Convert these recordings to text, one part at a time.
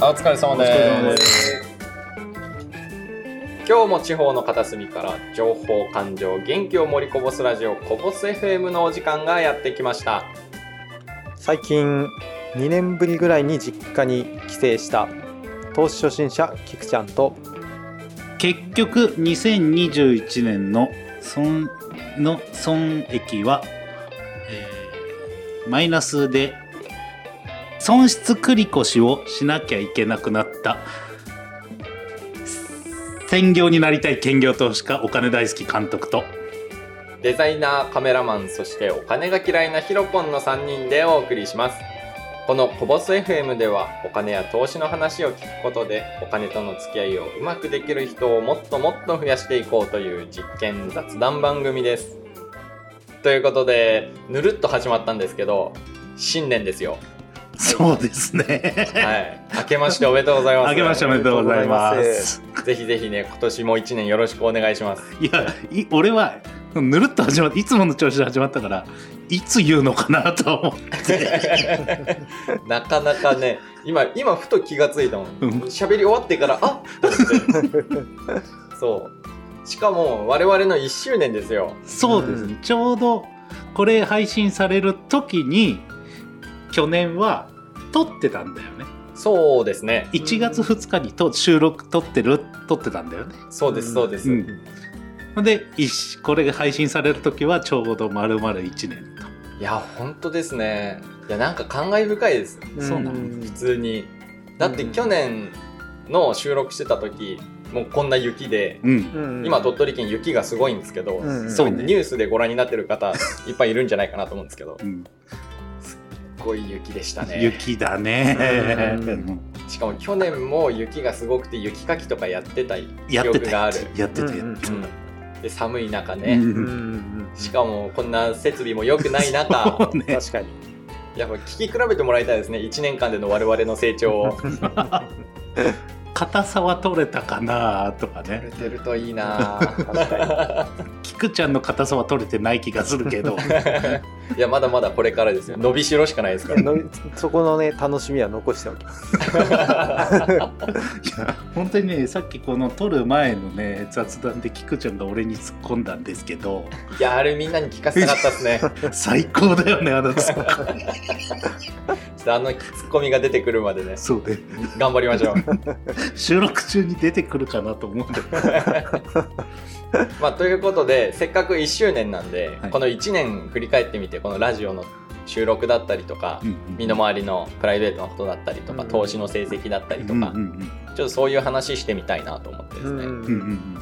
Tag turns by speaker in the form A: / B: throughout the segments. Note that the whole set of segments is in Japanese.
A: あお疲れ様
B: お疲れ様
A: で
B: です
A: 今日も地方の片隅から情報感情元気を盛りこぼすラジオこぼす FM のお時間がやってきました
B: 最近2年ぶりぐらいに実家に帰省した投資初心者キクちゃんと
C: 結局2021年の損の損益は、えーマイナスで損失繰越をしなきゃいけなくなった専業になりたい兼業投資家お金大好き監督と
A: デザイナーカメラマンそしてお金が嫌いなヒロポンの3人でお送りしますこのこぼす FM ではお金や投資の話を聞くことでお金との付き合いをうまくできる人をもっともっと増やしていこうという実験雑談番組ですということでぬるっと始まったんですけど新年ですよ
C: そうですね
A: はい明けましておめでとうございます
C: あげましておめでとうございます
A: ぜひぜひね今年も1年よろしくお願いします
C: いやい俺はぬるっと始まっていつもの調子で始まったからいつ言うのかなと思って。
A: なかなかね今今ふと気がついたもん
C: うん
A: 喋り終わってからあっと思ってそうしかも我々の1周年ですよ
C: そうですね、
B: う
C: ちょうどこれ配信される時に去年は撮ってたんだよね
A: そうですね
C: 1月2日にと収録撮ってる撮ってたんだよね
A: そうですそうです、
C: うんほんでいしこれが配信される時はちょうど丸々1年
A: いや本当ですねいやなんか感慨深いです
C: そうなの
A: 普通にだって
B: うん
A: 去年の収録してた時もうこんな雪で
C: とうん
A: 今鳥取県雪がすごいんですけど、
B: うん
C: そうね
A: ニュースでご覧になってる方いっぱいいるんじゃないかなと思うんですけど
C: うん
A: すっごい雪でしたね
C: 雪だね、
B: うん
C: うん
A: しかも去年も雪がすごくて雪かきとかやってた記
C: やって
A: 憶
C: た
A: があ
C: や
A: る
C: つ、やってたやつ
A: うんで寒い中
C: う
A: ね、
C: ん
A: しかもこんな設備も良くない
C: そ
A: 中
C: うね
B: 確かに
A: やっぱ聞き比べてもらいたいですね1年間での我々の成長を
C: 硬さは取れたかなとか
A: 取れ
C: ね
A: てるといいなぁ
B: 確か
C: 菊ちゃんの硬さは取れてない気がするけど
A: いやまだまだこれからですよ 伸びしろしかないですから
B: にのそこのね楽しみは残しておきます
C: いや 本当にねさっきこの撮る前のね雑談で菊ちゃんが俺に突っ込んだんです けど
A: い やあれみんなに聞かせたかったです ね
C: 最高だよねあのツッコミ
A: ちょっとあのツッコミが出てくるまでね
C: そうね
A: 頑張りましょ う
C: 収録中に出てくるかなと 思って
A: まあということでせっかく1周年なんで、
C: はい
A: この1年振り返ってみてこのラジオの収録だったりとか、身の
C: 回
A: 回りのプライベートのことだったりとか、
B: うん
A: 投資の成績だったりとか、
C: うんうん
A: ちょっとそういう話してみたいなと思ってですね、
C: うんうんうんうん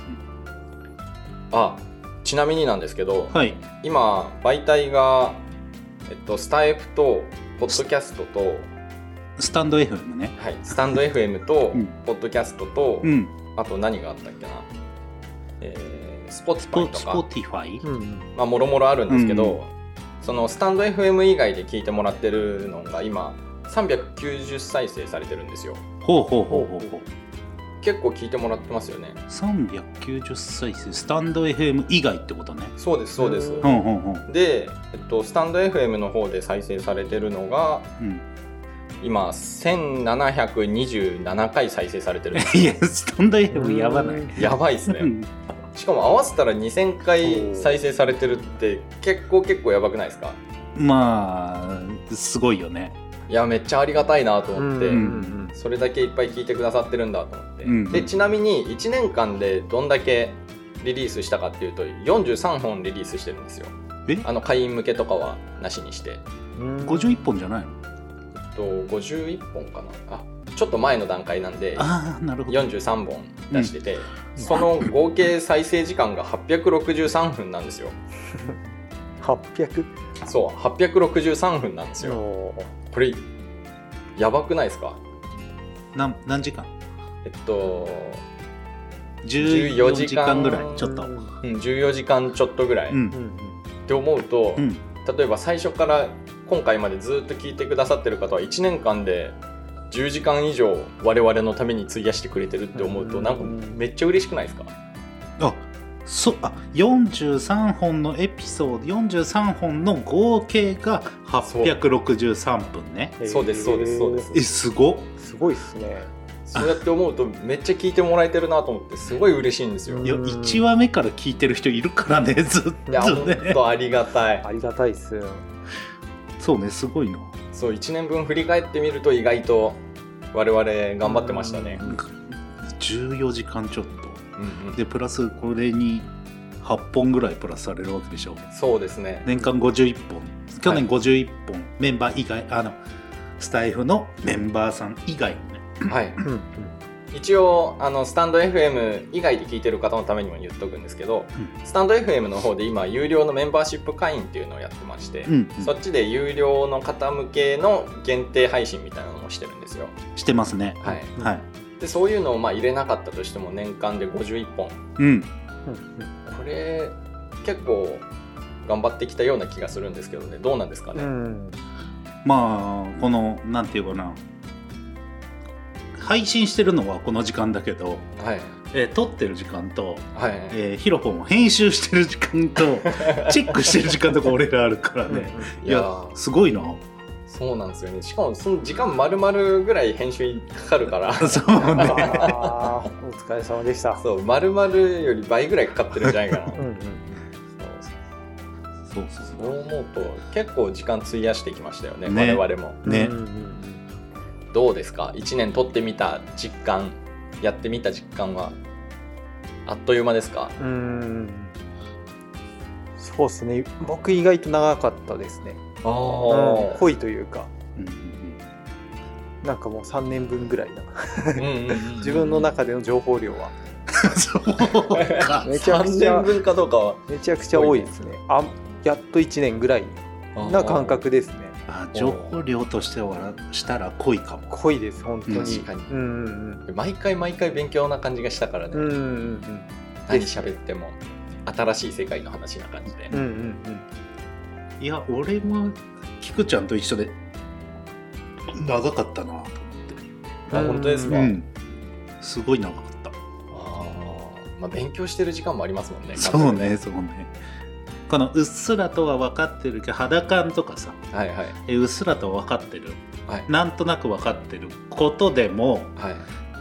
A: あちなみになんですけど、
C: はい
A: 今媒体が、えっと、スタイフとポッドキャストと、
C: スタンド FM ね
A: はい、スタンド FM と、
C: うん
A: ポッドキャストと、
C: うん
A: あと何があったっけな、えー、スポティ
C: ス
A: ファ
C: ポ
A: イと
C: ス
A: か
C: ポティファイ
B: うん
A: まあもろもろあるんですけど、
C: うん
A: そのスタンド FM 以外で聞いてもらってるのが今390再生されてるんですよ
C: ほうほうほうほうほう
A: 結構聞いてもらってますよね
C: 390再生スタンド FM 以外ってことね
A: そうですそうです、
B: うん
C: うんうんうん
A: で、えっと、スタンド FM の方で再生されてるのが
C: うん
A: 今1727回再生され てるんです
C: いやスタンド FM やばない
A: やばいです
C: う
A: ね
C: ん
A: しかも合わせたら2000回再生されてるって結構結構やばくないですか
C: まあすごいよね
A: いやめっちゃありがたいなと
B: うん
A: 思って、
B: うん
A: それだけいっぱい聞いてくださってるんだと思って、
C: うん
A: でちなみに1年間でどんだけリリースしたかっていうと43本リリースしてるんですよ
C: え
A: あの会員向けとかはなしにして
B: うん
C: 51本じゃないの
A: えっと51本かなあちょっと前の段階なんで
C: ああなるほど
A: 43本出してて、その合計再生時間が863分なんですよ
B: 800
A: そう863分なんですよ
B: の
A: これやばくないですか
C: なん何時間
A: えっと、
C: 14時間ぐら
A: う
C: いちょっと
B: うん
A: うん、14時間ちょっとぐらい、
C: う
A: っ
C: ん
A: て思うと、
C: うん
A: 例えば最初から今回までずっと聞いてくださってる方は1年間で10時間以上我々のために費やしてくれてるって思うと、
B: うん
A: なんかめっちゃ嬉しくないですか
C: あそあ43本のエピソード43本の合計が863分ね
B: えー
A: そうですそうですそうです
C: えすごっ
B: すごいですね
A: そうやって思うとめっちゃ聞いてもらえてるなと思ってすごい嬉しいんですよ
C: いや
B: うん
C: 1話目から聞いてる人いるからね ずっ
A: いや
C: と
A: 本
C: ね
A: 当ありがたい
B: ありがたいっすよ
C: そうねすごいな
A: そう1年分振り返ってみると意外と我々頑張ってましたね
C: うん14時間ちょっと
A: うんうん
C: でプラスこれに8本ぐらいプラスされるわけでしょ
A: そうですね
C: 年間51本去年51本、メンバー以外あのスタイフのメンバーさん以外のね
A: はい
B: うんうん
A: 一応あのスタンド FM 以外で聞いてる方のためにも言っとくんですけど、
C: う
A: スタンド FM の方で今有料のメンバーシップ会員っていうのをやってまして、
C: うん、
A: そっちで有料の方向けの限定配信みたいなのをしてるんですよ
C: してますね
A: はい
C: はい
A: でそういうのをまあ入れなかったとしても年間で51本こ
C: うん
A: れ結構頑張ってきたような気がするんですけどねどうなんですか
B: う
A: ね、
B: ん
C: まあこのなんていうかな配信してるのはこの時間だけど、
A: はい
C: えー撮ってる時間と、
A: はい、
C: えーヒロポンを編集してる時間とチェックしてる時間とか俺らあるからねい
A: いや
C: や
A: ー
C: すごいな
A: そうなんですよねしかもその時間丸々ぐらい編集にかかるから
C: そう
B: あ
C: ね
B: ーお疲れ様でした
A: そう丸々より倍ぐらいかかってるんじゃないかな
B: うんうん
C: そうそう
A: そ
C: そうう
A: 思うと結構時間費やしてきましたよね
C: ね
A: 我々も
C: ね
B: うんうんうん
A: どうですか1年取ってみた実感やってみた実感はあっという間ですか
B: うーんそうですね僕意外と長かったですね、
A: あ
B: う
A: あ
B: ん、濃いというか
C: うんうん
B: なんかもう3年分ぐらいな自
A: 自
B: 分の中での情報量は
C: うんそうか
B: めちゃ
A: 3
B: くち
A: 年
B: ゃ
A: 分かどうかは
B: めちゃくちゃ多いですねあやっと1年ぐらいな感覚ですね
C: あ情報量としてはしたら濃いかも
B: 濃いです本当に
A: 確かに
B: うんうん
A: 毎回毎回勉強な感じがしたからね、
B: うんうんうん
A: 何喋っても新しい世界の話な感じで、
B: うんうんうん
C: いや俺も菊ちゃんと一緒で長かったなと思って
A: あ本当ですか、
B: うん
C: うん、すごい長かった
A: あーまあ、勉強してる時間もありますもんね
C: そうねそうねこのうっすらとは分かってるけど肌感とかさ
A: はいはい
C: えうっすらとは分かってる
A: はい
C: なんとなく分かってることでも
A: はい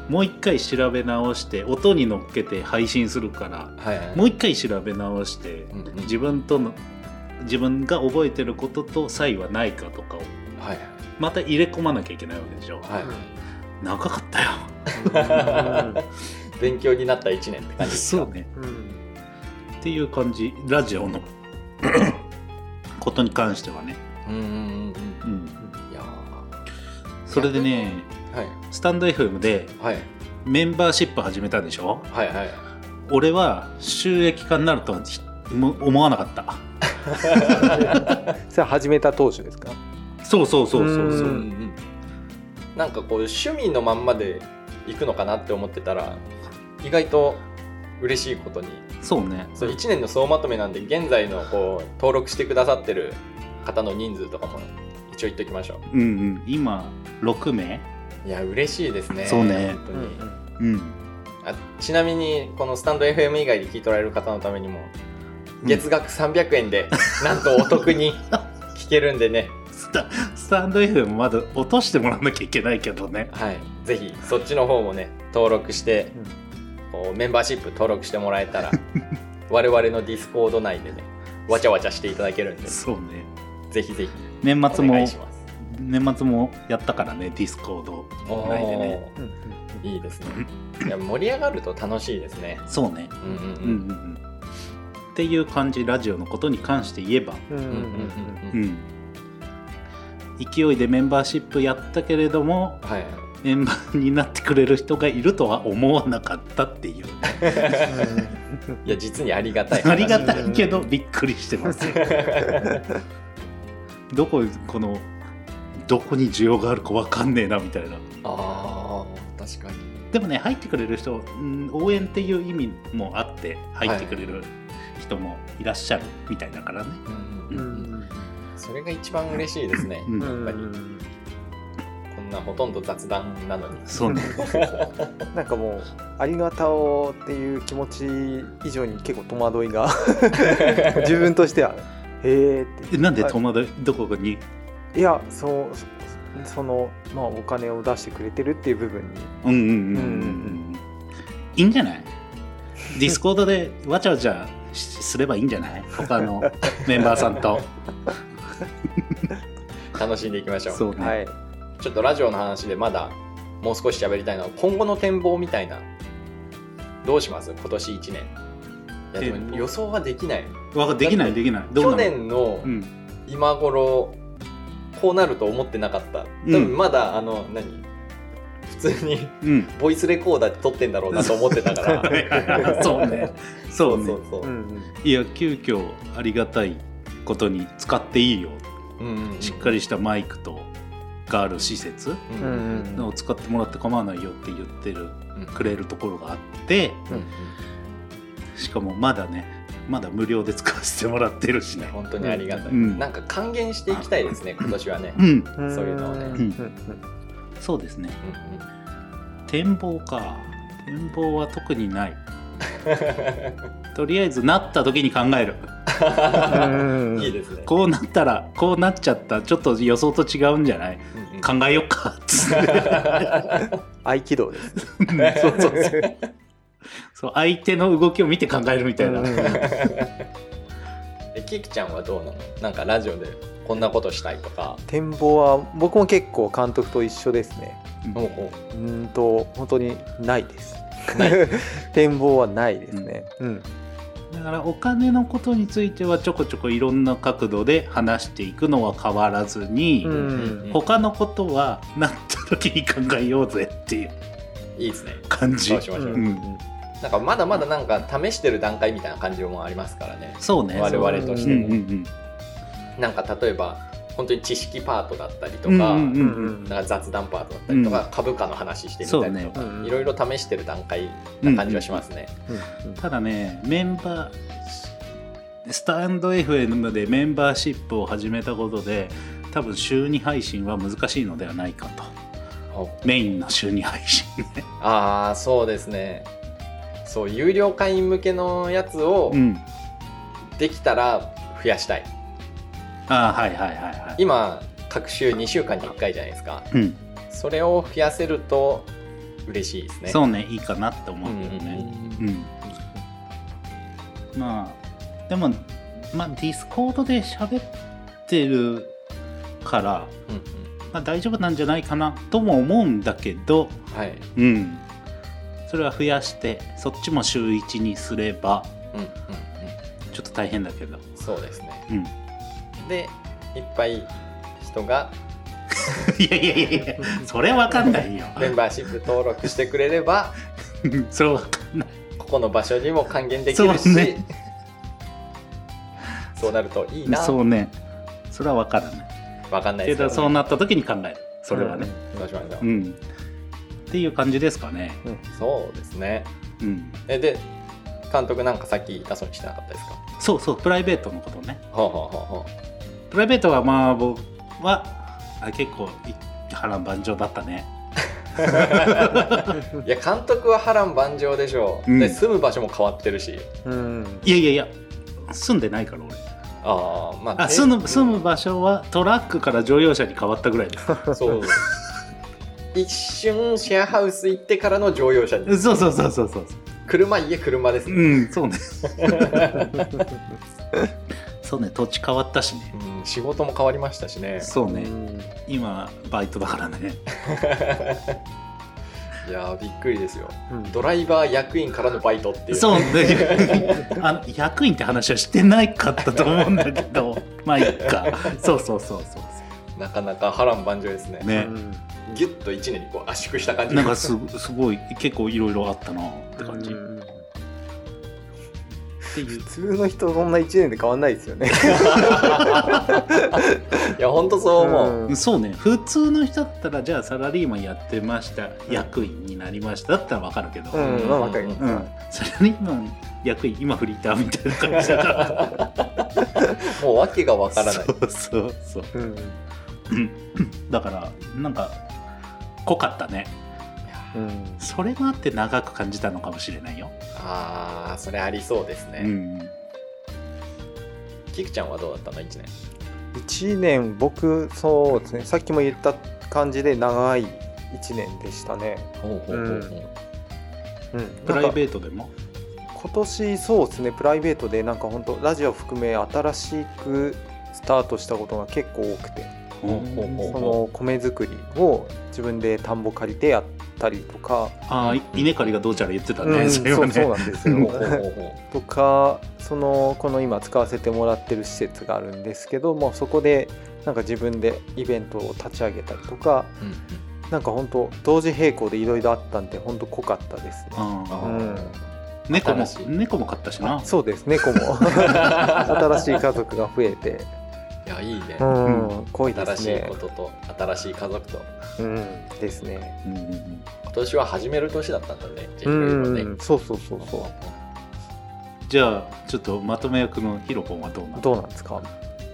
C: もう一回調べ直して音に乗っけて配信するから
A: はいはい
C: もう一回調べ直して
A: うんうん
C: 自分との自分が覚えてることと差異はないかとかを
A: はい
C: また入れ込まなきゃいけないわけでしょ
A: はい、は
C: 長かったよ
A: い、勉強になった1年って感じです
C: そ
A: か
C: うね
B: うんうん
C: っていう感じラジオ のことに関してはね、
A: うんうんうんう
C: うん、
A: んいやー
C: それでね
A: はい
C: スタンド FM で
A: はい
C: メンバーシップ始めたでしょ
A: はいはい
C: 俺は収益化になるとはひも思わなかった
B: それ始めた当初ですか
C: そうそうそうそうそううん
A: うんなんかこう趣味のまんまで行くのかなって思ってたら意外と嬉しいことに
C: そうね
A: そう1年の総まとめなんで現在のこう登録してくださってる方の人数とかも一応言っときましょ
C: うんうん今6名
A: ういや嬉しいですね
C: そうね
A: 本当に、
C: うん
A: あちなみにこのスタンド FM 以外で聞いとられる方のためにも月額300円で、なんとお得に聞けるんでね、
C: スタスタンド FM まだ落としてもらわなきゃいけないけどね
A: はい、ぜひそっちの方もね登録して、こうメンバーシップ登録してもらえ たら我々のディスコード内でねわちゃわちゃしていただけるんで
C: そうね
A: ぜひぜひ
C: 年
A: お
C: 末も
A: 願いします
C: 年末もやったからねディスコード
A: おー
C: 内でね
B: うんうん
A: いいですねいや盛り上がると楽しいですね
C: そうね
A: うんうん
C: うんうんうんっていう感じラジオのことに関して言えば
B: うんうん
A: うんうんうんう
C: うんん勢いでメンバーシップやったけれども
A: はい
C: メンバーになってくれる人がいるとは思わなかったっていう
A: いや実にありがたい話
C: ありがたいけどびっくりしてますよどここのどこに需要があるかわかんねえなみたいな
A: あー確かに
C: でもね入ってくれる人、うん応援っていう意味もあって入ってくれる人もいらっしゃるみたいだからね、
A: うん
B: う
A: うんんうんそれが一番嬉しいですね、
C: うん
B: うん
A: やっぱり
B: うん
A: こんんなほとんど雑談なのに
C: そうね
B: なんかもうありがとうっていう気持ち以上に結構戸惑いが自分としてはへえって
C: えなんで戸惑いどこに
B: いやそうそそのまあお金を出してくれてるっていう部分に
C: うんうんうんうんう
B: うん
C: んいいんじゃないディスコードでわちゃわちゃしすればいいんじゃない他のメンバーさんと
A: 楽しんでいきましょう
C: そうね、
B: はい
A: ちょっとラジオの話でまだもう少し喋りたいのは今後の展望みたいなどうします今年1年いやで
C: 展
A: も
C: 望
A: 予想はできない
C: わかできないできないどう
A: 去
C: なる
A: 年の
C: うん
A: 今頃こうなると思ってなかった多分まだ、あの何普通に
C: うん
A: ボイスレコーダーで撮ってんだろうなと思ってたから
C: はいはいはいそうねそうね
A: そうそう
B: う
A: そう、
B: んうん
C: いや急遽ありがたいことに使っていいよ
A: うんうんうん
C: しっかりしたマイクとがある施設
A: うん
B: う
A: うんうん
B: ん
C: を使ってもらって構わないよって言ってる
A: うん
C: くれるところがあってしかもまだねまだ無料で使わせてもらってるしね
A: 本当にありがたい、
C: うん
A: なんか還元していきたいですね今年はね、
C: うん
B: うん
A: そういうのをね
B: ん
C: うんそうですね
A: うんうん
C: 展望か展望は特にないとりあえずなった時に考える
B: うん
A: いいですね、
C: こうなったらこうなっちゃったちょっと予想と違うんじゃない
A: うんうん
C: 考えよっかっつって
B: 合気道です
C: そうそうそうそう相手の動きを見て考えるみたいな、
B: うんうん
A: えキクちゃんはどうなのなんかラジオでこんなことしたいとか
B: 展望は僕も結構監督と一緒ですね
A: おうおう
B: うーんと本当にないです 展望はないですね、うん
C: だからお金のことについてはちょこちょこいろんな角度で話していくのは変わらずに、
B: うん
A: うん
C: 他のことはなった時に考えようぜっていう
A: いいですね
C: 感じ
A: そうしましょう、
C: ん
A: なんかまだまだなんか試してる段階みたいな感じもありますからね
C: そうね
A: 我々とし
C: う
A: て
C: ん
A: も、
C: うんうん
A: なんか例えば本当に知識パートだったりと
C: うん
A: か、
C: うんうん
B: うん
A: なんか雑談パートだったりとか、株価の話してみたりとか、
B: そうねうん
A: いろいろ試してる段階な感じはしますね、
C: ただねメンバースタンド FM でメンバーシップを始めたことで多分週2配信は難しいのではないかと
A: お
C: メインの週2配信ね、
A: ああそうですねそう有料会員向けのやつを
C: うん、
A: できたら増やしたい、
C: ああはいはいはいはい
A: 今各週2週間に1回じゃないですか
C: うん、
A: それを増やせると嬉しいですね
C: そうねいいかなって思
A: う
C: うんん
A: うん
C: だよ
A: う
C: ね、
A: ん
C: うんまあでもまあディスコードで喋ってるから、
A: うん
C: まあ、大丈夫なんじゃないかなとも思うんだけど
A: うんはい、
C: うんそれは増やしてそっちも週1にすれば
A: うんうんうん、
C: ちょっと大変だけど
A: そうですね
C: うん
A: でいっぱい人が
C: いやいやいやいやそれは分かんないよ
A: メンバーシップ登録してくれれば
C: うん それは分かんない
A: ここの場所にも還元できるし
C: そうね
A: そうなるといいな
C: そうねそれは分からない
A: わかんないで
C: け
A: すけど
C: どそうなった時に考えるそれはね
A: そうしましょう
C: うん、っていう感じですかね
A: そうですね
C: うん
A: えで監督なんかさっき痛そうにしてなかったですか
C: そうそうプライベートのことね
A: ほうほうほうほ
C: プライベートはまあ僕はあ結構い波乱万丈だったね
A: ういや監督は波乱万丈でしょう、
C: うん
A: で住む場所も変わってるし
B: うん
C: いやいやいや住んでないから俺
A: ああまあ
C: あ住む住む場所はトラックから乗用車に変わったぐらいです
A: 所そう一瞬シェアハウス行ってからの乗用車に
C: そうそうそうそうそう
A: 車家車ですね、
C: うんそうね そうね土地変わったしね
A: うん仕事も変わりましたしね
C: そう
B: う
C: ね
B: ん
C: 今バイトだからね
A: いやーびっくりですよ
B: うん
A: ドライバー役員からのバイトっていう
C: そうね あの役員って話はしてないかったと思うんだけど まあいいかそうそうそうそう
A: なかなか波乱万丈ですね
C: ね
A: ギュッと一年にこう圧縮した感じ
C: なんかすごすごい結構いろいろあったなって感じ、
B: う
C: っ
B: ん
C: ていう
B: 普通の人そんな1年で変わんないですよね
A: いやほんとそう思う、
B: ん
C: そうね普通の人だったらじゃあサラリーマンやってました、役員になりましただったら分かるけど、
B: う
C: うん
B: んまあわかる
A: うん
C: サラリーマン役員今フリーターみたいな感じだから
A: もう訳がわからない
C: そうそうそう
B: うん
C: うんだからなんか濃かったね
B: うん
C: それがあって長く感じたのかもしれないよ、
A: ああそれありそうです
C: う
A: ね、
C: ん
A: キクちゃんはどうだったの1年
B: 1年僕そうですねさっきも言った感じで長い1年でしたね、
A: ほうほ
B: うほうほうん、
C: プライ
B: ー
C: ベートでも
B: ト今年そうですねプライベートでなんか本当ラジオ含め新しくスタートしたことが結構多くて
A: ほうほうほう
B: その米作りを自分で田んぼ借りてやったりとか、
C: ああ稲刈りがどうちゃら言ってたね、
B: うん
C: それはね
B: そうそうなんですよ
C: うん
A: ほうほうほうほう
B: とかそのこの今使わせてもらってる施設があるんですけどもそこでなんか自分でイベントを立ち上げたりとか
A: うんうん
B: なんか本当同時並行でいろいろあったんで本当濃かったですね。
C: あ
A: あー
C: ー猫
A: 新
C: も
A: しい
C: 猫も飼ったしな
B: そうです猫も新しい家族が増えて、
A: いやいいね、
B: うん濃いで
A: 新
B: す
A: しい
B: ね
A: こ。とと新しい家族と
B: うん、ですね。
C: うんうんうん
A: 今年は始める年だったんだね結
B: う
A: 局ね
B: ん、そうそうそうそ
C: じゃあちょっとまとめ役のヒロポンはどうな
B: う。
C: の
B: どうなんですか。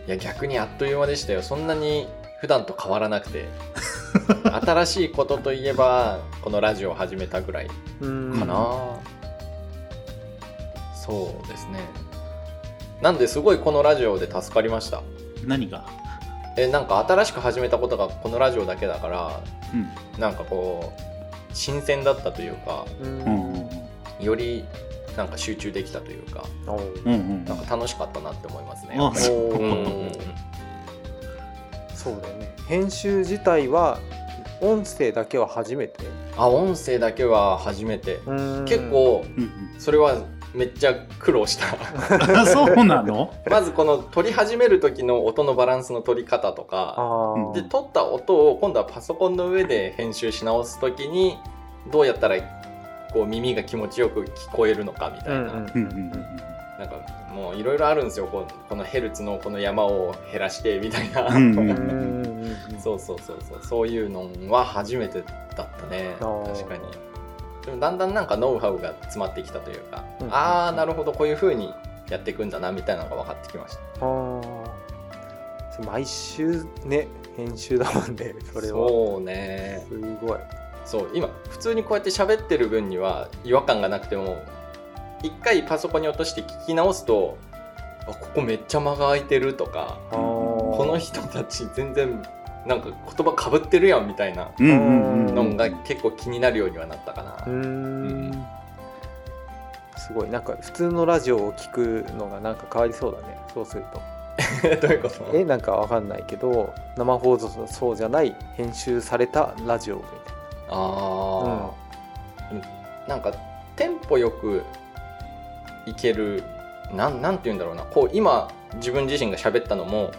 A: いや逆にあっという間でしたよそんなに普段と変わらなく て新しいことといえばこのラジオを始めたぐらいか
B: うん
A: な、そうですねなんですごいこのラジオで助かりました
C: 何が、
A: えなんか新しく始めたことがこのラジオだけだから
C: うん
A: なんかこう新鮮だったというか
B: うん
C: うんうんうん
A: よりなんか集中できたというか
B: お
C: うんうん
A: なんか楽しかったなって思いますね
C: あ
A: やっぱり
C: そう
A: う
B: お
A: ん
B: そうだよね。編集自体は音声だけは初めて。
A: あ音声だけは初めて結
B: 結
A: 構
C: うんうん
A: それはめっちゃ苦労した
C: あそうなの
A: まずこの撮り始める時の音のバランスの取り方とか
B: あー
A: で撮った音を今度はパソコンの上で編集し直す時にどうやったらこう耳が気持ちよく聞こえるのかみたいな、
C: うんうんうんうん
A: なんかもういろいろあるんですよこうこのヘルツのこの山を減らしてみたいな、
C: うんうん
B: うんうんうんうんうん
A: そうそうそうそうそういうのは初めてだったね
B: あー
A: 確かにでもだんだんなんかノウハウが詰まってきたというか、
B: うん
A: ああなるほどこういう風にやっていくんだなみたいなのが分かってきました
B: あーそれ毎週ね編集だもんねそれは
A: そうね
B: すごい
A: そう今普通にこうやって喋ってる分には違和感がなくても一回パソコンに落として聞き直すとあここめっちゃ間が空いてるとか
B: あー
A: この人たち全然なんか言葉かぶってるやんみたいな
C: うんうんうん
A: のが結構気になるようにはなったかな、う
B: うー
A: ん
B: んすごいなんか普通のラジオを聞くのがなんか変わりそうだねそうすると
A: どういうこと
B: えなんかわかんないけど生放送そうじゃない編集されたラジオみたい
A: ああ、なんかテンポよくいけるなんなんて言うんだろうなこう今自分自身が喋ったのも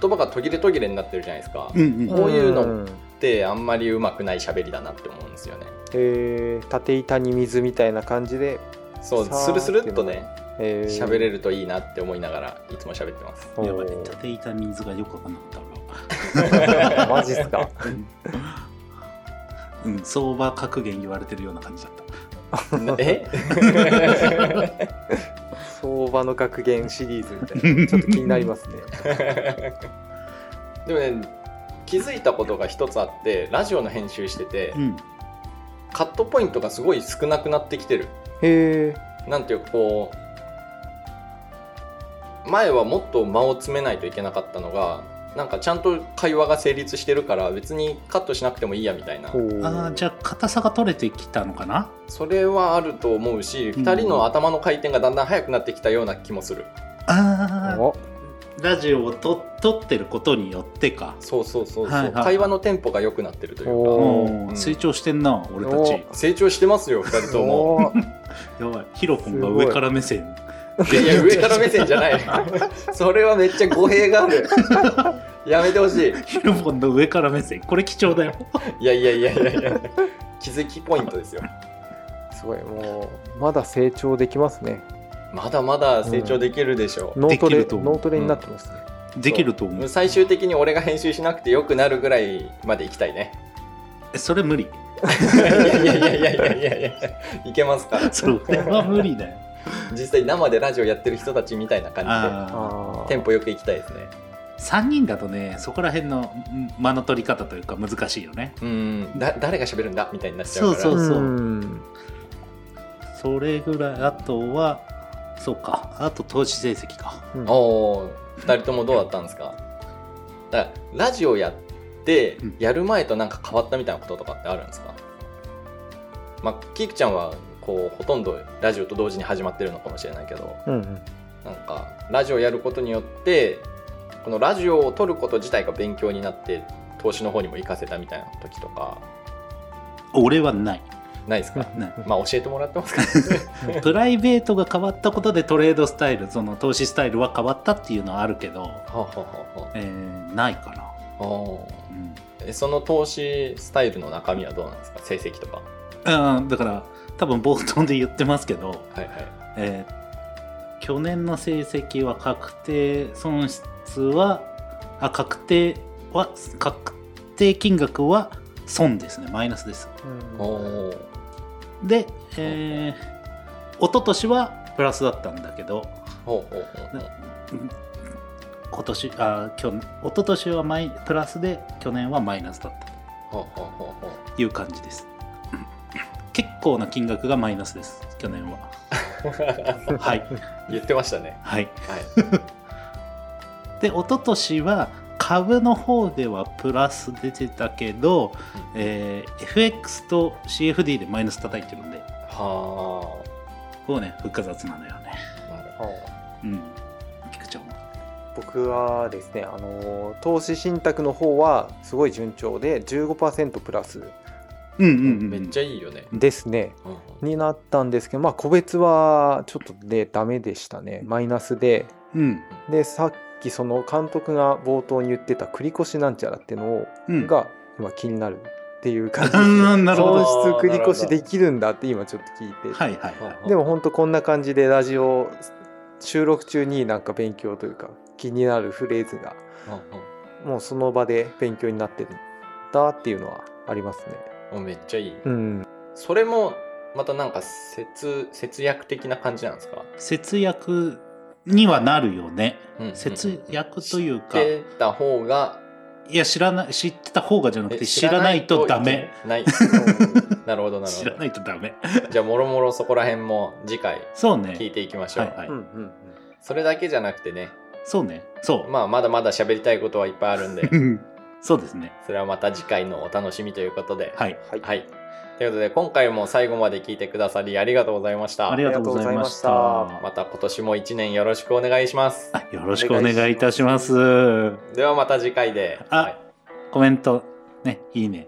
A: 言葉が途切れ途切れになってるじゃないですか、
C: うんう
B: なん
A: こういうの
B: んへ
A: であんまりうまくない喋りだなって思うんですよね
B: え縦板に水みたいな感じで
A: そう
B: さー
A: スルスルっとね
B: えー
A: 喋れるといいなって思いながらいつも喋って ます
B: おー
C: やばい立て板水がよくわかんなかっ
B: マジっすか
C: たわうん 相場格言言われてるような感じだった
A: え
B: 相場の格言シリーズみたい なちょっと気になりますね
A: でもね気づいたことが一つあってラジオの編集してて、
C: うん
A: カットポイントがすごい少なくなってきてる
B: へえ
A: なんていうかこう前はもっと間を詰めないといけなかったのがなんかちゃんと会話が成立してるから別にカットしなくてもいいやみたいな
C: あーじゃあ硬さが取れてきたのかな
A: それはあると思うし
C: うん
A: 2人の頭の回転がだんだん速くなってきたような気もする
C: あ
B: お
C: ーラジオをと撮ってることによってか
A: そうそうそうそう、
C: はいはいはい
A: 会話のテンポが良くなってるというか
B: お
C: うん
A: うん
C: 成長してんな俺たち
B: お
A: 成長してますよ2人とも
B: おー
C: やばいヒロポンが
B: すごい
C: 上から目線
A: いやいや上から目線じゃないそれはめっちゃ語弊があるやめてほしい
C: ヒロポンの上から目線これ貴重だよ
A: いやいやいやいやいや気づきポイントですよ
B: すごいもうまだ成長できますね
A: まだまだ成長できるでしょう、
B: 脳
C: で
B: トレ
C: きると思う
B: 脳トレになってますね、
C: できると思う
A: 最終的に俺が編集しなくてよくなるぐらいまで行きたいね
C: えそれ無理
A: いやいやいやいやいやいやいやいけますから
C: それは無理だよ
A: 実際生でラジオやってる人たちみたいな感じで
C: あ
B: ああ
A: テンポよく行きたいですね
C: あ3人だとねそこら辺のん間の取り方というか難しいよね
A: うんだ誰が喋るんだみたいになっちゃうから
C: そうそうんそれぐらいあとはそうかあと投資成績か
A: おお2人ともどうだったんですかだからラジオやって
C: うん
A: やる前となんか変わったみたいなこととかってあるんですか、まあキクちゃんはこうほとんどラジオと同時に始まってるのかもしれないけど
B: うんうん
A: なんかラジオやることによってこのラジオを撮ること自体が勉強になって投資の方にも活かせたみたいな時とか
C: 俺は ない
A: ないですか
C: ない
A: まあ教えてもらってますか
C: プライベートが変わったことでトレードスタイルその投資スタイルは変わったっていうのはあるけど、
A: はあはあは
C: えーないかな、
A: あはあ
C: うん
A: えその投資スタイルの中身はどうなんですか成績とか
C: あーだから多分冒頭で言ってますけど、
A: はいはい
C: えー去年の成績は確定損失はあ確定は確定金額は損ですねマイナスです
B: うん
A: おー
C: で、えー、一昨年はプラスだったんだけど
A: ほうほうほうほう
C: 今年あ去年一昨年はマイプラスで去年はマイナスだった
A: ほうほうほうほう
C: という感じです結構な金額がマイナスです去年ははい
A: 言ってましたね。
C: はい
A: はい。
C: で一昨年は株の方ではプラス出てたけど、えー FX と CFD でマイナス叩いてるんで
A: は
C: こうね複雑なのよね
A: あ。なるほ
B: はい
C: うん菊ちゃんは
B: 僕はですねあのー投資信託の方はすごい順調で15%プラス
C: うんうん
A: ど。
C: うん
A: めっちゃいいよね。
B: ですね
A: うんうん
B: になったんですけどまあ個別はちょっとねダメでしたねマイナスで
C: うん
B: でさっきその監督が冒頭に言ってた繰り越しなんちゃらっていうのを
C: うん
B: が今気になるっていう感じ ですね
C: うんなるほど
B: 損失繰り越しできるんだって今ちょっと聞いて、
C: はいはいはい
B: でも本当こんな感じでラジオ収録中になんか勉強というか気になるフレーズが
A: うん
B: もうその場で勉強になってたっていうのはありますね。
A: うんおめっちゃいい。
B: うん、
A: それもまたなんか節節約的な感じなんですか。
C: 節約にはなるよね
A: うん
C: 節約というか、
A: 知ってた方が
C: いや知らない知ってた方がじゃなく
A: え
C: て知らないとダメ
A: ない。なるほどなるほ
C: 知らないとダメ
A: ど。じゃあもろもろそこら辺も次回
C: そう
A: 聞い
C: ね
A: ていきましょ
C: は
A: う。
C: いはい、
B: うん、うん、
A: それだけじゃなくてね、
C: そうねそう、
A: まあまだまだ喋りたいことはいっぱいあるんで
C: う、ん そうですね
A: それはまた次回のお楽しみということで。
C: はい
B: はい、
A: はい。ということで、今回も最後まで聞いてくださりありがとうございました。
C: ありがとうございました
B: ありがとうござい
A: また今年も一年よろしくお願いします。
C: あよろしくお願いいたします
A: ではまた次回で。
C: あ
A: はい
C: コメントねいいね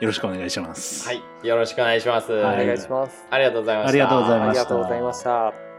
C: よろしくお願いします
A: はい。よろしくお願いします。
C: は
B: お
C: い
B: 願いします。
A: ありがとうございました。
C: ありがとうございま
B: あ
C: し
B: り
C: た
B: がとうございました。